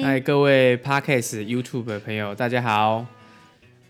嗨，各位 Podcast、YouTube 的朋友，大家好！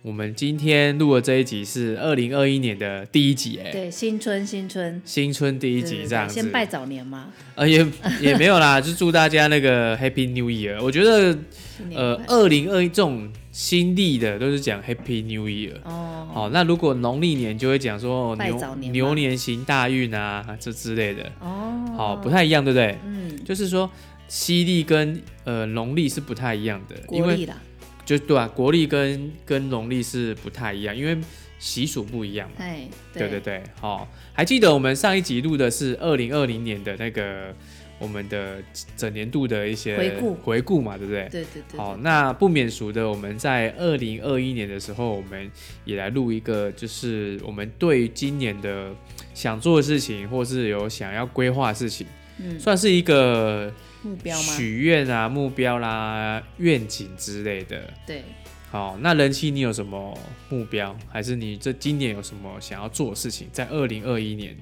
我们今天录的这一集是二零二一年的第一集，哎，对，新春新春新春第一对对集对这样子。先拜早年嘛，呃，也也没有啦，就祝大家 那个 Happy New Year。我觉得，新年呃快，乐二零二一这种新历的都是讲 Happy New Year。哦，好，那如果农历年就会讲说哦拜早牛年嘛牛年行大运啊，这之类的。哦，好，不太一样，对不对？嗯，就是说西历跟呃农历是不太一样的，因国为历啦，就对啊，国历跟跟农历是不太一样，因为习俗不一样嘛。哎，对对对，好、还记得我们上一集录的是二零二零年的那个我们的整年度的一些回顾回顾嘛，对不对？对对对，好，那不免俗的，我们在二零二一年的时候，我们也来录一个，就是我们对于今年的想做的事情，或是有想要规划的事情，嗯算是一个目标吗？许愿啊、目标啦、愿景之类的。对，好，那人气你有什么目标，还是你这今年有什么想要做的事情？在二零二一年，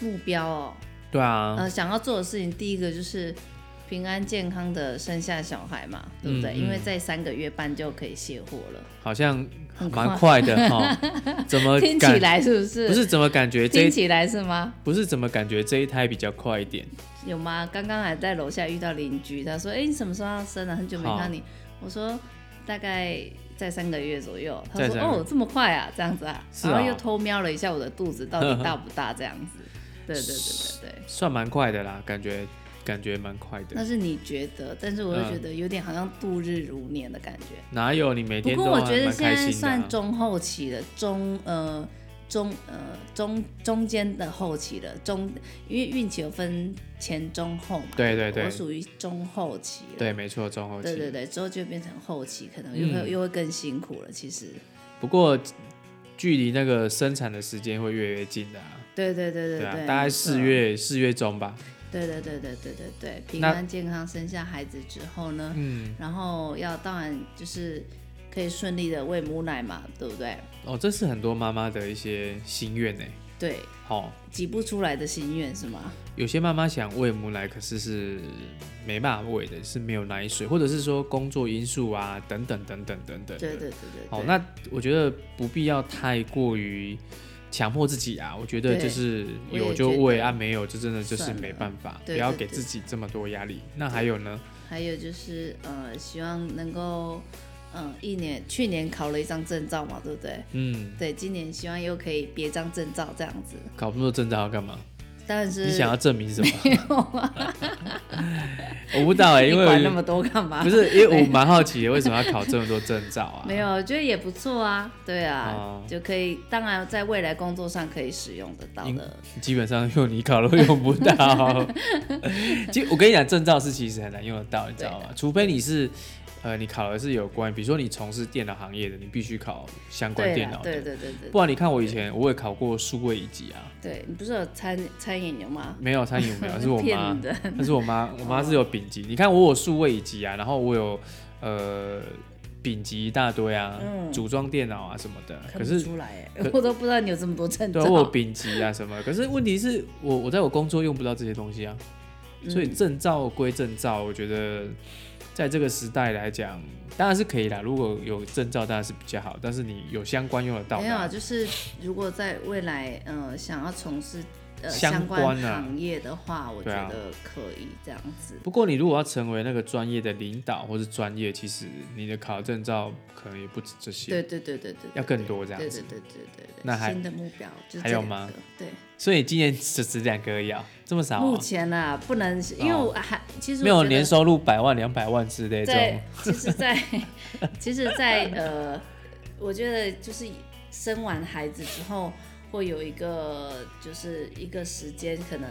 目标哦，对啊，呃，想要做的事情，第一个就是平安健康的生下小孩嘛，对不对？嗯因为嗯在三个月半就可以卸货了，好像很蛮快的哈、怎 么听起呃感来是不是？不是怎么感觉这听一起来是吗？不是怎么感觉这一胎比较快一点？有吗？刚刚还在楼下遇到邻居，他说：“哎、你什么时候要生啊？很久没看到你。”我说：“大概在三个月左右。”他在说：“三个月哦，这么快啊，这样子啊。是啊然后又偷瞄了一下我的肚子，到底大不大？这样子。 对对对对对，算蛮快的啦，感觉感觉蛮快那的。是你觉得，但是我又觉得有点好像度日如年的感觉。哪有你每天不都过我觉还得蛮现开在心的、算啊？中后期了，中呃中呃中中间的后期了，中因为孕期有分前中后嘛，对对对我属于中后期了。对，没错，中后期。对对对，之后就变成后期，可能又会、嗯又会更辛苦了。其实，不过距离那个生产的时间会越来越近的、啊。对对对对啊，对，嗯大概没四错。月四月中吧。对对对对对对对，平那安健康生下孩子之后呢，嗯，然后要当然就是可以顺利的喂母奶嘛，对不对？哦，这是很多妈妈的一些心愿呢。对，好、挤不出来的心愿是吗？有些妈妈想喂母奶，可是是没办法喂的，是没有奶水，或者是说工作因素啊，等等等等等等的。对对对对好，对那我觉得不必要太过于强迫自己啊。我觉得对就是我有也就觉喂得啊，没有就真的就是算了没办法，不对要对给对自己这么多压力。那还有呢？还有就是呃，希望能够嗯、呃一年去年考了一张证照嘛，对不对？嗯，对，今年希望又可以别张证照这样子，搞不懂证照要干嘛？当然是你想要证明什么？ 我不知道哎、因啊你为管那我么多干嘛？不是，因为我蛮好奇的，为什么要考这么多证照啊？啊没有，我觉得也不错啊，对啊，哦就可以，当然在未来工作上可以使用得到的，基本上用你考都用不 到。其实我跟你讲，证照是其实很难用得到，你知道吗？除非你是，呃，你考的是有关，比如说你从事电脑行业的，你必须考相关对电啦脑，对的。对对对不然你看我以前我也考过数位乙级啊，对，你不是有餐餐饮有吗？没有餐饮没有，是我骗妈你，的，但是我妈我妈是有丙级。你看我有数位乙级啊，然后我有呃丙级一大堆啊，嗯组装电脑啊什么的。看可不是出来欸，我都不知道你有这么多证对照啊，。我有丙级啊什么，可是问题是我我在我工作用不到这些东西啊，嗯所以证照归证照，我觉得在这个时代来讲，当然是可以啦。如果有证照当然是比较好，但是你有相关用得到没有，的啊，啊，就是如果在未来，呃，想要从事呃相相关啊关行业的话，我觉对啊得可以这样子。不过你如果要成为那个专业的领导或是专业，其实你的考证照可能也不止这些，对对对对对，要更多这样对对子对。对对对。那还新的目标就是还这有两吗个？对。所以今年只只两个而已啊，这么少啊、目前啊，不能，因为我还其实我没有觉得年收入百万两百万之类这种在， 其实在，其实在，呃，我觉得就是生完孩子之后，会有一个就是一个时间，可能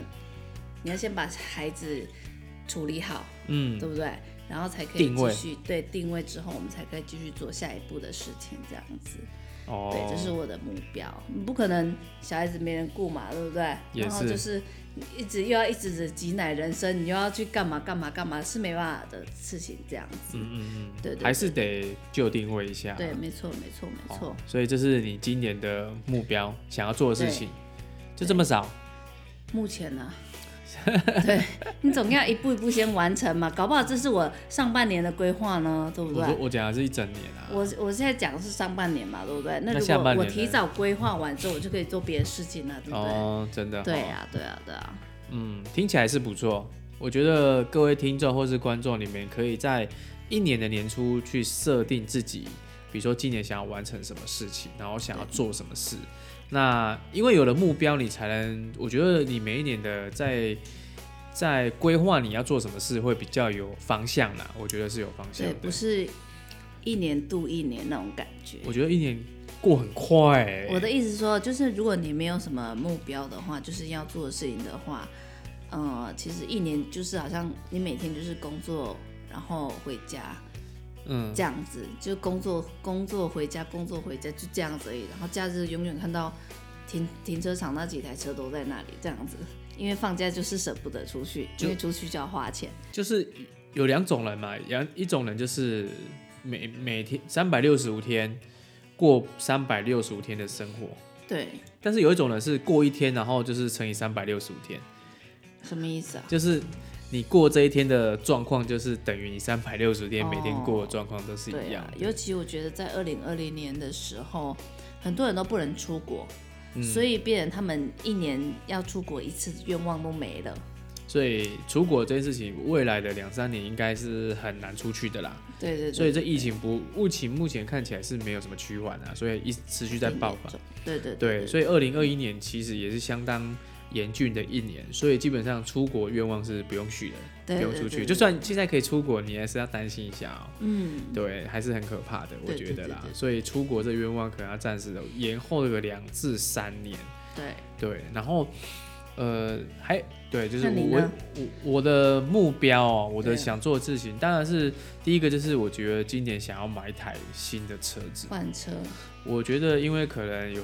你要先把孩子处理好，嗯，对不对？然后才可以定位继续对定位之后，我们才可以继续做下一步的事情，这样子。哦，对，这是我的目标。你不可能小孩子没人顾嘛，对不对？也然后是就是你一直又要一直的挤奶人生，你又要去干嘛干嘛干嘛，是没办法的事情，这样子。嗯嗯对对嗯，对还是得就定位一下，对，没错，没错，没错啊哦。所以这是你今年的目标，想要做的事情，就这么少，目前呢、对你总要一步一步先完成嘛，搞不好这是我上半年的规划呢，对不我说对？我讲的是一整年啊，我我现在讲的是上半年嘛，对不对？那如下半果我年呢提早规划完之后，我就可以做别的事情了，对不对？哦，真的、哦，对啊，对啊，对啊，嗯，听起来是不错。我觉得各位听众或是观众，你们可以在一年的年初去设定自己，比如说今年想要完成什么事情，然后想要做什么事。那因为有了目标，你才能，我觉得你每一年的在在规划你要做什么事，会比较有方向啦。我觉得是有方向对，的不。是一年度一年那种感觉。我觉得一年过很快、欸我的意思说，就是如果你没有什么目标的话，就是要做的事情的话，呃，其实一年就是好像你每天就是工作，然后回家嗯，这样子，就工作工作回家工作回家就这样子而已。然后假日永远看到停停车场那几台车都在那里这样子，因为放假就是舍不得出去，就因为出去就要花钱。就是有两种人嘛，两一种人就是每每天三百六十五天过三百六十五天的生活，对，但是有一种人是过一天，然后就是乘以三百六十五天，什么意思啊？就是你过这一天的状况，就是等于你三百六十天哦每天过的状况都是一对样啊，的。尤其我觉得在二零二零年的时候，很多人都不能出国，嗯所以变成他们一年要出国一次愿望都没了。所以出国这件事情，未来的两三年应该是很难出去的啦。对对对，所以这疫情不，疫情目前看起来是没有什么趋缓啊，所以一持续在爆发。。对对对，对，所以二零二一年其实也是相当严峻的一年，所以基本上出国愿望是不用许的，对不用对对出去。对就算现在可以出国，你还是要担心一下哦、嗯，对，还是很可怕的，我对觉对得对啦。对所以出国这愿望可能要暂时的延后个两至三年。对，对，然后呃，还对，就是那你我呢我我的目标哦，我的对想做的事情，当然是第一个就是我觉得今年想要买一台新的车子。换车，我觉得，因为可能有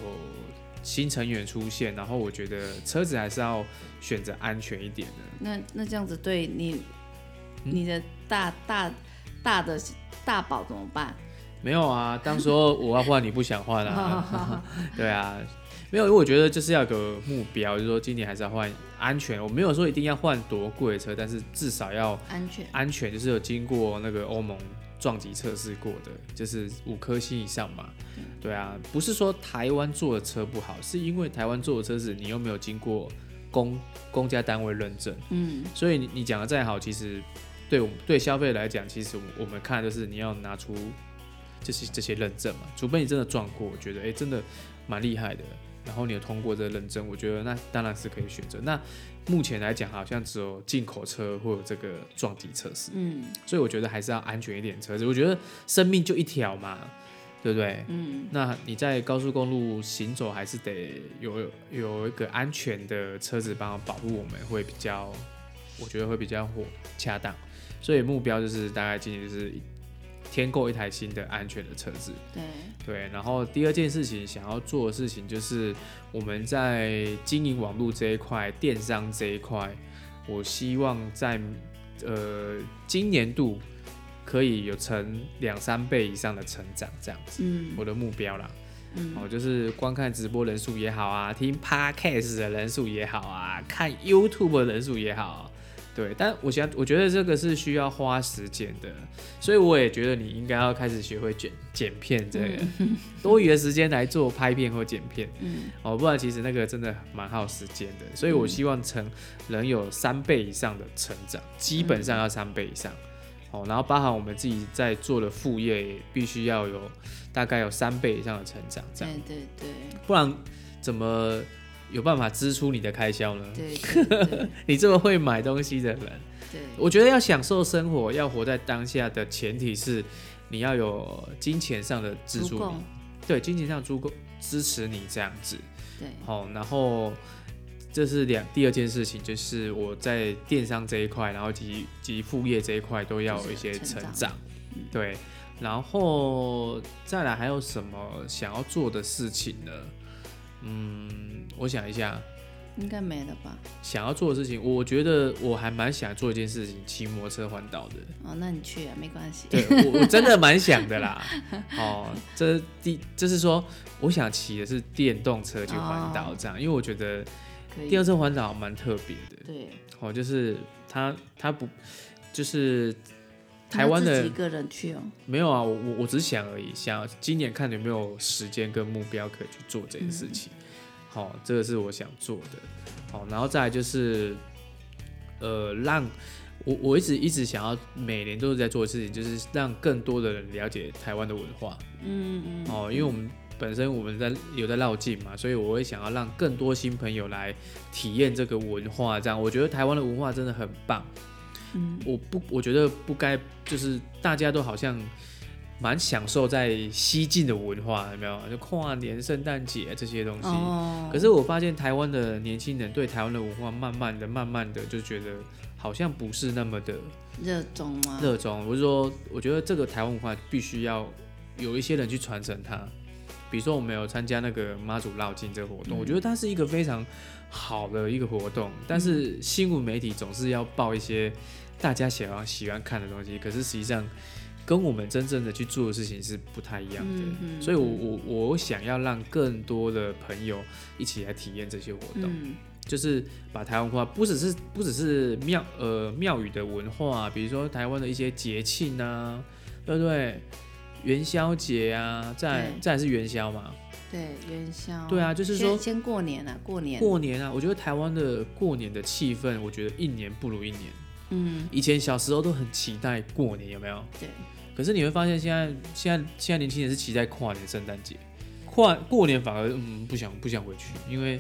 新成员出现，然后我觉得车子还是要选择安全一点的。那那这样子对你，嗯你的大大大的大宝怎么办？没有 啊，当时候我要换，你不想换啊？ 对啊，没有，因为我觉得就是要有个目标，就是说今年还是要换安全。我没有说一定要换多贵的车，但是至少要 安全，安全，就是有经过那个欧盟撞击测试过的，就是五颗星以上嘛。对啊，不是说台湾做的车不好，是因为台湾做的车子你又没有经过公公家单位认证，嗯，所以你你讲的再好，其实对我们对消费来讲，其实我们看的就是你要拿出就是这些认证嘛，除非你真的撞过，我觉得诶真的蛮厉害的。然后你有通过这个认证，我觉得那当然是可以选择。那目前来讲，好像只有进口车会有这个撞击测试，嗯所以我觉得还是要安全一点车子。我觉得生命就一条嘛，对不对？嗯，那你在高速公路行走，还是得有有一个安全的车子帮保护我们，会比较，我觉得会比较火恰当。所以目标就是大概今年就是添购一台新的安全的车子。对，对，然后第二件事情想要做的事情就是我们在经营网络这一块、电商这一块，我希望在呃今年度可以有成两三倍以上的成长，这样子，嗯我的目标啦。嗯哦，就是观看直播人数也好啊，听 podcast 的人数也好啊，看 YouTube 的人数也好啊、对，但我想我觉得这个是需要花时间的，所以我也觉得你应该要开始学会剪剪片这个、 多余的时间来做拍片或剪片嗯哦，不然其实那个真的蛮耗时间的。所以我希望成能有三倍以上的成长，基本上要三倍以上。哦，然后包含我们自己在做的副业，也必须要有大概有三倍以上的成长，这样对对对不然怎么有办法支出你的开销呢？对对对你这么会买东西的人，对。 我觉得要享受生活，要活在当下的前提是你要有金钱上的支足出够你，对，金钱上足够支持你这样子。对，好、然后这是两第二件事情，就是我在电商这一块，然后及及副业这一块都要有一些就是成成长嗯长，对。然后再来还有什么想要做的事情呢？嗯，我想一下，应该没了吧？想要做的事情，我觉得我还蛮想做一件事情，骑摩托车环岛的。哦，那你去啊，没关系。对 我我真的蛮想的啦。哦，这哦第就是说，我想骑的是电动车去环岛这样，因为我觉得可以。第二次环岛蛮特别的，对，哦，就是他他不就是你台要湾自的己一个人去哦，没有啊，我我我只是想而已，想今年看有没有时间跟目标可以去做这件事情。好、这个是我想做的。好，然后再来就是，呃，让我我一直一直想要每年都是在做的事情，就是让更多的人了解台湾的文化。嗯嗯，哦，因为我们本身我们在有在绕境嘛，所以我会想要让更多新朋友来体验这个文化。这样，我觉得台湾的文化真的很棒。嗯，我不，我觉得不该，就是大家都好像蛮享受在西晋的文化，有没有？就跨年、圣诞节这些东西。哦，可是我发现台湾的年轻人对台湾的文化，慢慢的、慢慢的就觉得好像不是那么的热衷吗？热衷。我是说，我觉得这个台湾文化必须要有一些人去传承它。比如说，我们有参加那个妈祖绕境这个活嗯动，我觉得它是一个非常好的一个活动。但是新闻媒体总是要报一些大家喜欢喜欢看的东西，可是实际上跟我们真正的去做的事情是不太一样的。嗯嗯所以我，我我想要让更多的朋友一起来体验这些活动。嗯，就是把台湾文化不只是不只是庙呃庙宇的文化、啊比如说台湾的一些节庆啊，对不对？元宵节啊，再对再来是元宵嘛，对，元宵。对啊就是先说先过年啊，过年。过年啊，我觉得台湾的过年的气氛，我觉得一年不如一年。嗯，以前小时候都很期待过年，有没有？对。可是你会发现现在现在现在年轻人是期待跨年、圣诞节，跨过年反而嗯不想不想回去，因为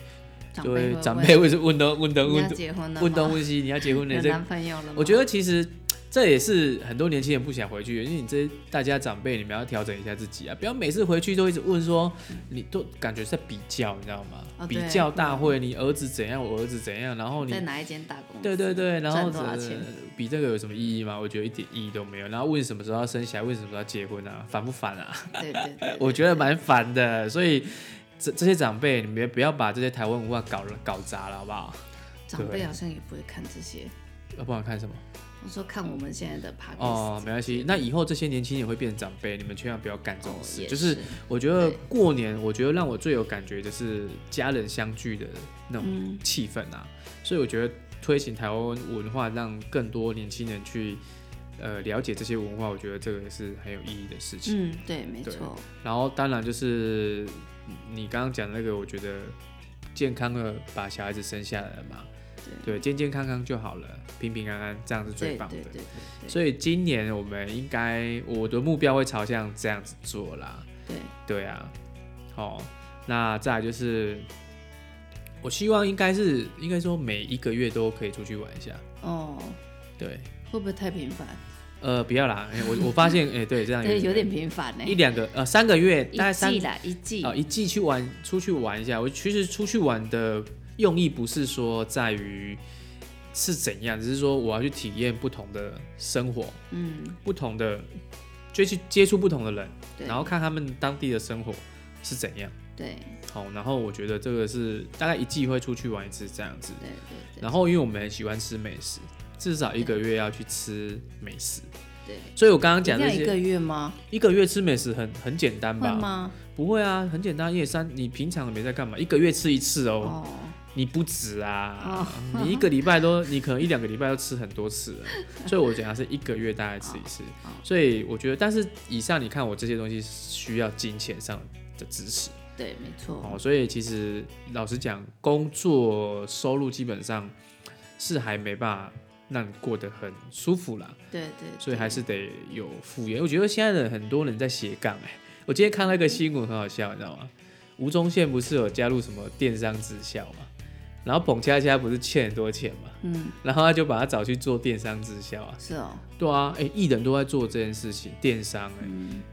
长对辈会长问辈会说问东问东你要问结婚了问东吗问西，你要结 婚了有这男朋友了吗？我觉得其实这也是很多年轻人不想回去，因为你这大家长辈，你们要调整一下自己啊，不要每次回去都一直问说，你都感觉是在比较，你知道吗？哦比对较大会，你儿子怎样，我儿子怎样，然后你在哪一间打工？对对对，然后赚多少钱呃比这个有什么意义吗？我觉得一点意义都没有。然后问什么时候要生小孩，问什么时候要结婚啊，烦不烦啊？ 对对对，我觉得蛮烦的，所以。这这些长辈，你们也不要把这些台湾文化搞了搞砸了，好不好？长辈好像也不会看这些。要不然看什么？我说看我们现在的 p a d 哦，没关系。那以后这些年轻人会变长辈，你们千万不要干这种哦事。也就是是我觉得对过年，我觉得让我最有感觉的是家人相聚的那种嗯气氛啊。所以我觉得推行台湾文化，让更多年轻人去呃了解这些文化，我觉得这个也是很有意义的事情。嗯，对，没对错，然后当然就是你刚刚讲的那个，我觉得健康的把小孩子生下来嘛，对对，健健康康就好了，平平安安，这样是最对棒的对。对所以今年我们应该，我的目标会朝向这样子做啦。对，对啊，好、那再来就是，我希望应该是应该说每一个月都可以出去玩一下。哦，对，会不会太频繁？呃，不要啦，哎我我发现，哎、对，这样对，有点频繁呢。一两个呃三个月，一大概三季啦，一季啊、。一季去玩出去玩一下。我其实出去玩的用意不是说在于是怎样，只是说我要去体验不同的生活，嗯，不同的就去接触不同的人，对然后看他们当地的生活是怎样。对好，然后我觉得这个是大概一季会出去玩一次这样子。对对对然后因为我们很喜欢吃美食，至少一个月要去吃美食。对。所以我刚刚讲一定这要一个些，嗯月哦吗？一个月吃美食很很简单会吧？吗？不会啊，很简单。叶三，你平常没在干嘛？一个月吃一次哦，哦，你不止啊，你一个礼拜都，你可能一两个礼拜都吃很多次 了。所以我讲的是一个月大概吃一次。哦所以我觉得，但是以上你看我这些东西是需要金钱上的支持对，没哦，错。所以其实老实讲，工作收入基本上是还没办法让你过得很舒服啦。对对。所以对还是得有副业。我觉得现在的很多人在斜杠哎、我今天看到一个新闻很好笑，你知道吗？吴宗宪不是有加入什么电商直销嘛？然后彭恰恰不是欠很多钱嘛？嗯，然后他就把他找去做电商直销啊。是哦。对啊，哎、艺人都在做这件事情，电商哎、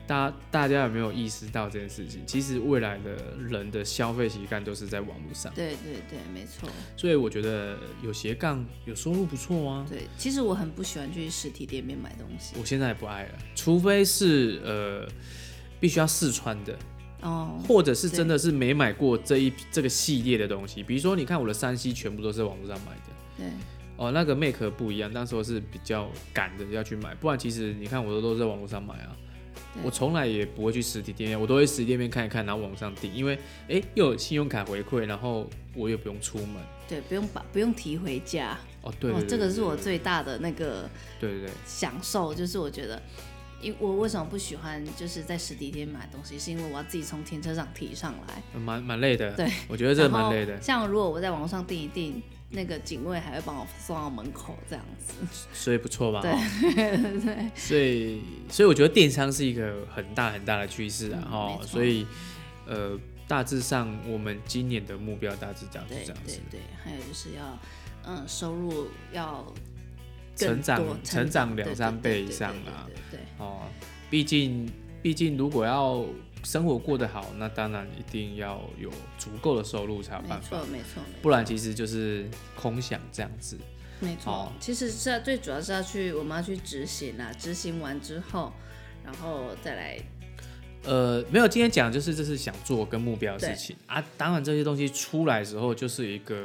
大大家有没有意识到这件事情？其实未来的人的消费习惯都是在网络上，对对对，没错。所以我觉得有斜杠有收入不错啊。对，其实我很不喜欢去实体店面买东西。我现在也不爱了，除非是呃必须要试穿的，哦，或者是真的是没买过这一这个系列的东西。比如说，你看我的山西全部都是在网络上买的。对，哦，那个 Make 不一样，那时候是比较赶的要去买，不然其实你看我都都在网络上买啊。我从来也不会去实体店面，我都会实体店面看一看，然后网上订，因为哎又有信用卡回馈，然后我也不用出门。对，不用把不用提回家。哦，对对哦，这个是我对最大的那个对对对，享受，就是我觉得，因我为什么不喜欢就是在实体店买东西，是因为我要自己从停车场提上来。呃蛮蛮累的。对，我觉得这然后蛮累的。像如果我在网上订一订，那个警卫还会帮我送到门口这样子。所以不错嘛。对哦 所以所以我觉得电商是一个很大很大的趋势啊，嗯哈、没错所以呃，大致上我们今年的目标大致上是对这样对子，对，还有就是要，嗯，收入要更成长多成长两对三对倍对以对上对啦对，对对哦，毕竟毕竟如果要生活过得好，那当然一定要有足够的收入才有没办法，错没错，没不然错其实就是空想这样子。没错哦，其实是要最主要是要去我们要去执行啦，执行完之后，然后再来呃，没有，今天讲就是这是想做跟目标的对事情啊。当然这些东西出来的时候，就是一个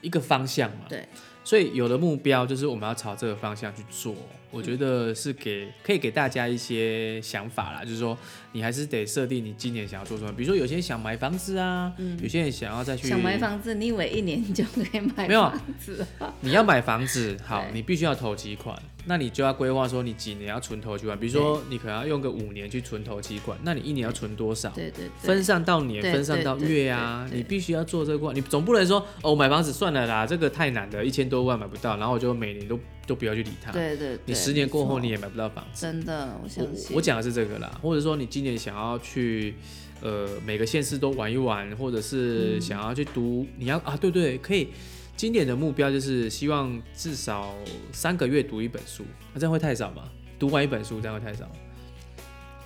一个方向嘛。对，所以有了目标，就是我们要朝这个方向去做。我觉得是给可以给大家一些想法啦，就是说你还是得设定你今年想要做什么。比如说有些人想买房子啊，有些人想要再去嗯想买房子，你以为一年就可以买没有房子啊？你要买房子，好，对你必须要投几款，那你就要规划说你几年要存头期款，比如说你可能要用个五年去存头期款，那你一年要存多少？对对对，分上到年，对分上到月啊对对，对你必须要做这个过程，你总不能说哦，我买房子算了啦，这个太难了，一千多万买不到，然后我就每年都都不要去理它。对对，你对十年没过后错你也买不到房子。真的，我我相信我讲的是这个啦，或者说你今年想要去呃每个县市都玩一玩，或者嗯是想要去读，你要啊对对，可以。今年的目标就是希望至少三个月读一本书，那、这样会太少吗？读完一本书这样会太少吗，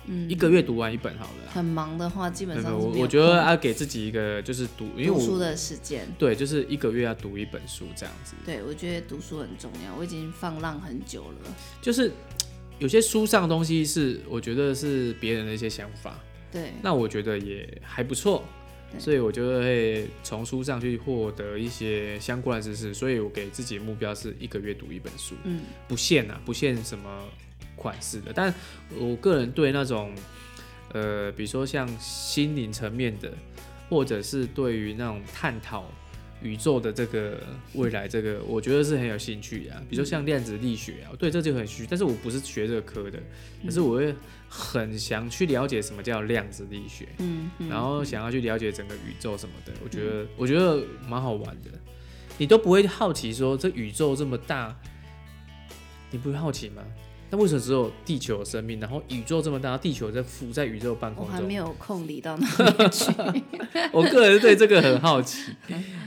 嗯一个月读完一本好了啦。很忙的话，基本没上有是没我有我觉得空要给自己一个就是读，因为读书我的时间。对就是一个月要读一本书这样子，对，我觉得读书很重要，我已经放浪很久了。就是嘖有些书上的东西是我觉得是别人的一些想法，对，那我觉得也还不错，对所以我就会从书上去获得一些相关的知识。所以我给自己的目标是一个月读一本书，嗯，不限啊，不限什么款式的。但我个人对那种，呃，比如说像心灵层面的，或者是对于那种探讨。宇宙的这个未来，这个我觉得是很有兴趣的啊。比如说像量子力学啊，我对这就很虚，但是我不是学这个科的，可是我会很想去了解什么叫量子力学，嗯，嗯然后想要去了解整个宇宙什么的，我觉得、我觉得蛮好玩的。你都不会好奇说这宇宙这么大，你不会好奇吗？那为什么只有地球有生命，然后宇宙这么大，地球在浮在宇宙半我空还没中？有空理到那边去。我个人对这个很好 奇，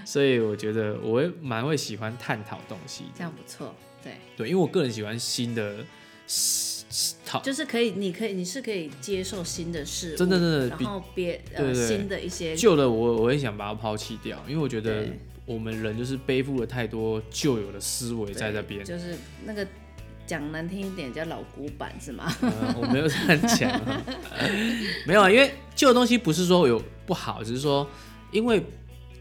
所以我觉得我会蛮会喜欢探讨东西这的。样不错， 对，对，因为我个人喜欢新的是是讨，就是可以，你可以，你是可以接受新的事物，真的真的然比后别对呃对新的一些，旧的我我也想把它抛弃掉，因为我觉得对我们人就是背负了太多旧有的思维对在那边。就是那个讲难听一点叫老古板是吗？ 呃我没有这样讲啊， 没有啊，因为旧的东西不是说有不好，只是说因为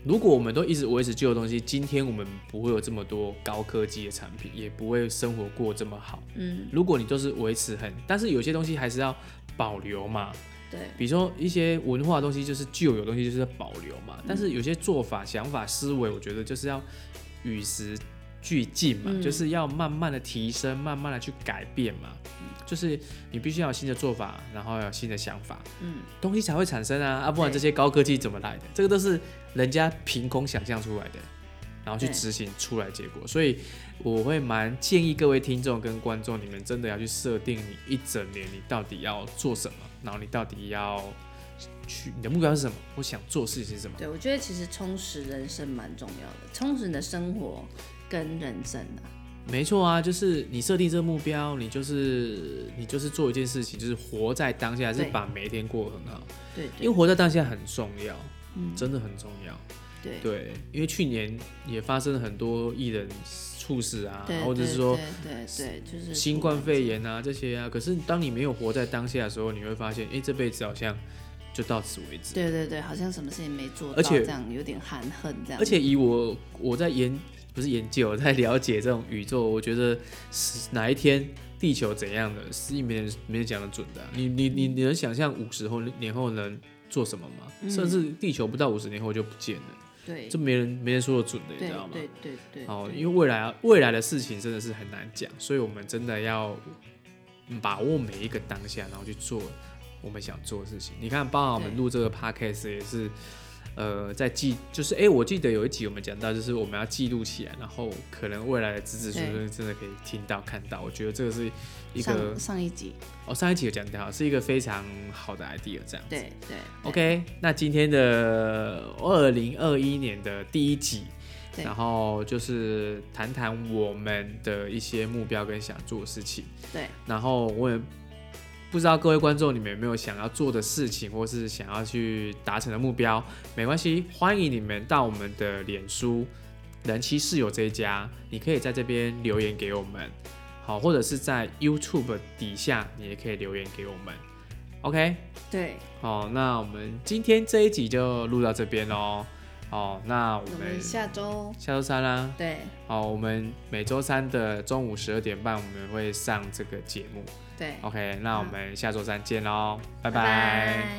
如果我们都一直维持旧的东西，今天我们不会有这么多高科技的产品，也不会生活过这么好。嗯，如果你都是维持很，但是有些东西还是要保留嘛，对，比如说一些文化的东西，就是旧有的东西就是要保留嘛。嗯但是有些做法、想法、思维，我觉得就是要与时俱进嘛，嗯就是要慢慢的提升，慢慢的去改变嘛。嗯就是你必须要有新的做法，然后要有新的想法，嗯，东西才会产生啊，啊，不然对这些高科技怎么来的？这个都是人家凭空想象出来的，然后去对执行出来结果。所以我会蛮建议各位听众跟观众，你们真的要去设定你一整年你到底要做什么，然后你到底要去你的目标是什么，我想做事情是什么。对，我觉得其实充实人生蛮重要的，充实你的生活跟人生啊，没错啊，就是你设定这个目标，你就是你就是做一件事情，就是活在当下，是对把每一天过得很好。对因为对活在当下很重要，嗯真的很重要。对对，因为去年也发生了很多艺人猝死啊，对，或者对是说对对对，就是新冠炎。肺炎啊这些啊。可是当你没有活在当下的时候，你会发现，哎、这辈子好像就到此为啊止。对对对，好像什么事情没做到，而且这样有点含恨这样。而且以我我在研不是研究，在了解这种宇宙。我觉得是哪一天地球怎样的，是没人没人讲得准的啊、你你嗯你你能想象五十后年后能做什么吗？甚至地球不到五十年后就不见了，对这没人没人说得准的，你对知道吗？对对对，哦，对因为未来啊未来的事情真的是很难讲，所以我们真的要把握每一个当下，然后去做我们想做的事情。你看，包含我们对录这个 podcast 也是，呃，在记，就是哎、我记得有一集我们讲到，就是我们要记录起来，然后可能未来的子子孙孙真的可以听到看到。我觉得这个是一个上上一集，哦，上一集有讲到，是一个非常好的 idea，这样子。对对 OK，那今天的二零二一年的第一集，对然后就是谈谈我们的一些目标跟想做的事情。对，然后我也不知道各位观众你们有没有想要做的事情，或是想要去达成的目标，没关系，欢迎你们到我们的脸书人妻室友这一家，你可以在这边留言给我们，好，或者是在 YouTube 底下你也可以留言给我们。OK，对，好，那我们今天这一集就录到这边喽。好，那我我们们下周下周三啦、对好，我们每周三的中午十二点半我们会上这个节目。对， OK，那我们下周三见喽，拜拜拜拜